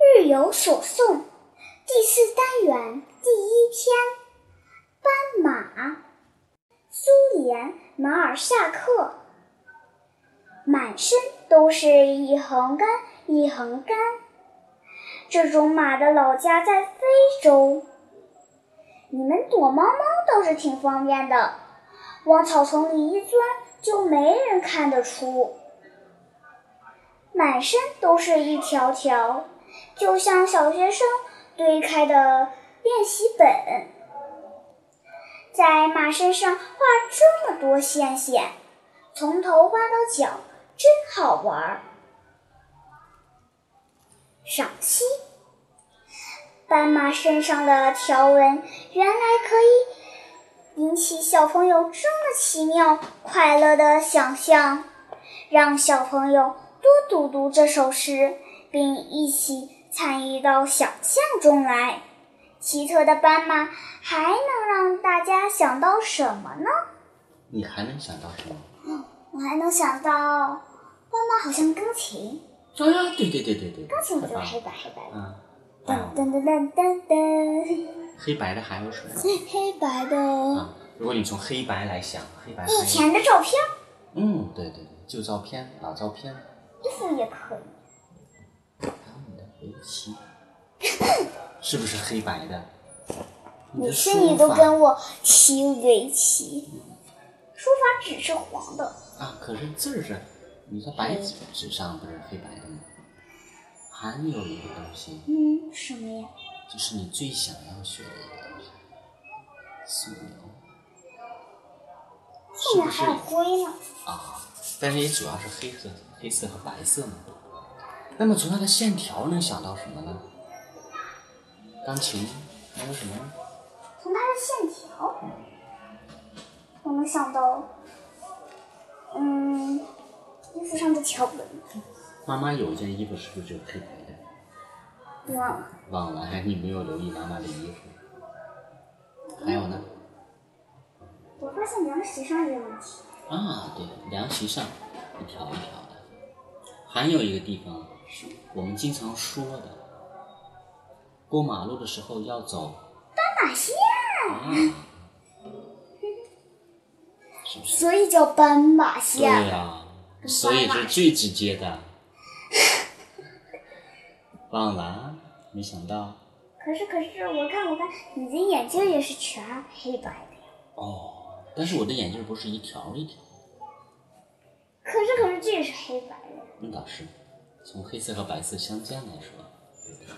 日有所诵第四单元第一篇《斑马》，苏联马尔萨克，满身都是一横杆一横杆。这种马的老家在非洲，你们躲猫猫倒是挺方便的，往草丛里一钻就没人看得出。满身都是一条条，就像小学生堆开的练习本。在马身上画这么多线线，从头画到脚，真好玩儿。赏析：斑马身上的条纹原来可以引起小朋友这么奇妙、快乐的想象，让小朋友。多读读这首诗，并一起参与到想象中来。奇特的斑马还能让大家想到什么呢？你还能想到什么？我还能想到，斑马好像钢琴，哎呀，对对对对对，钢琴就是黑白黑白嗯，的，噔噔噔噔噔噔，黑白的还有什么？黑白的。啊，如果你从黑白来想，黑白以还有前的照片，嗯，对对对，旧照片、老照片，衣服也可以，还有你的围 棋，是不是黑白的？每的次你书都法嗯跟我提围棋，书法纸是黄的。啊，可是字儿是你在白纸纸上不是黑白的吗？还有一个东西，嗯，什么呀？就是你最想要学的一个东西，素描。后是面不是还有灰呢。啊，但是也主要是黑色、黑色和白色嘛。那么从它的线条能想到什么呢？钢琴还有什么？从它的线条，我能想到，嗯，衣服上的条纹，妈妈有一件衣服是不是就是黑白的？忘了忘了，哎你没有留意妈妈的衣服。还有呢？我发现凉席上也有问题，啊，对，凉席上一条一条的。还有一个地方是我们经常说的，过马路的时候要走斑马线，啊，是不是？所以叫斑马对线。呀、所以是最直接的。忘了啊，没想到可是可是，我看我看，你的眼睛也是全黑白的呀。哦。但是我的眼镜不是一条一条，可是可是，这也是黑白的呀。那倒是，从黑色和白色相间来说，对不对？